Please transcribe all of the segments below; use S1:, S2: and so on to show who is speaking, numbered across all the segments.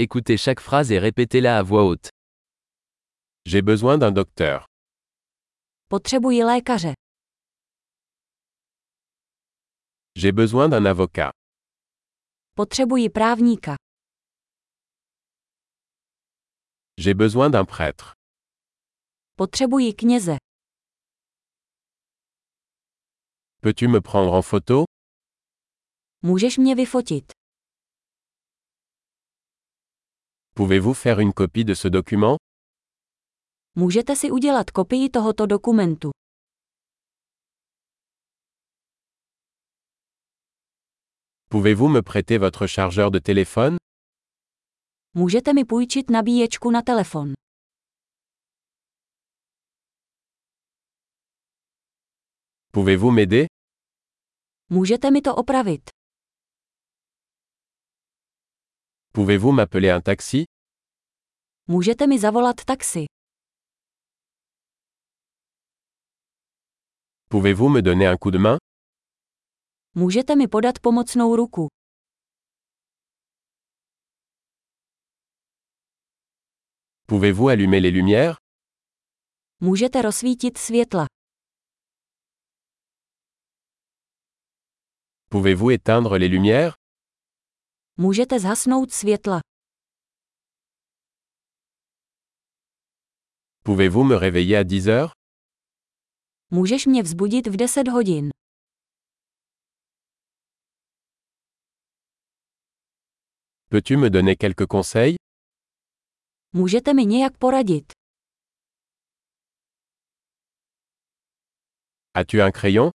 S1: Écoutez chaque phrase et répétez-la à voix haute.
S2: J'ai besoin d'un docteur.
S3: Potřebuji lékaře.
S2: J'ai besoin d'un avocat.
S3: Potřebuji právníka.
S2: J'ai besoin d'un prêtre.
S3: Potřebuji kněze.
S2: Peux-tu me prendre en photo
S3: Můžeš mě vyfotit.
S2: Pouvez-vous faire une copie de ce document
S3: Můžete si udělat kopii tohoto dokumentu.
S2: Pouvez-vous me prêter votre chargeur de téléphone
S3: Můžete mi půjčit nabíječku na telefon.
S2: Pouvez-vous m'aider
S3: Můžete mi to opravit.
S2: Pouvez-vous m'appeler un taxi
S3: Můžete mi zavolat taxi.
S2: Pouvez-vous me donner un coup de main
S3: Můžete mi podat pomocnou ruku.
S2: Pouvez-vous allumer les lumières
S3: Můžete rozsvítit světla.
S2: Pouvez-vous éteindre les lumières
S3: Můžete zhasnout světla.
S2: Pouvez-vous me réveiller à 10 heures
S3: Můžeš mě vzbudit v 10 hodin.
S2: Peux-tu me donner quelques conseils
S3: Můžete mi nějak poradit.
S2: As-tu un crayon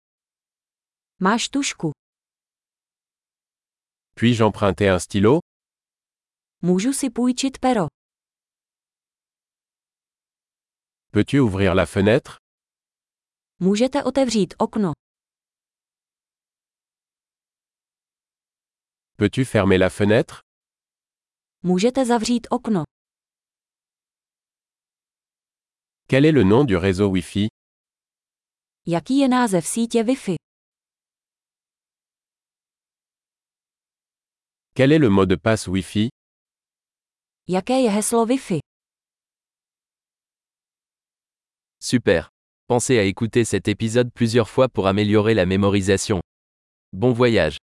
S3: Máš tušku.
S2: Puis-je emprunter un stylo
S3: Můžu si půjčit pero.
S2: Peux-tu ouvrir la fenêtre
S3: Můžete otevřít okno.
S2: Peux-tu fermer la fenêtre
S3: Můžete zavřít okno.
S2: Quel est le nom du réseau Wi-Fi
S3: Jaký je název sítě Wi-Fi?
S2: Quel est le mot de passe Wi-Fi
S3: Jaké je heslo Wi-Fi?
S1: Super. Pensez à écouter cet épisode plusieurs fois pour améliorer la mémorisation. Bon voyage.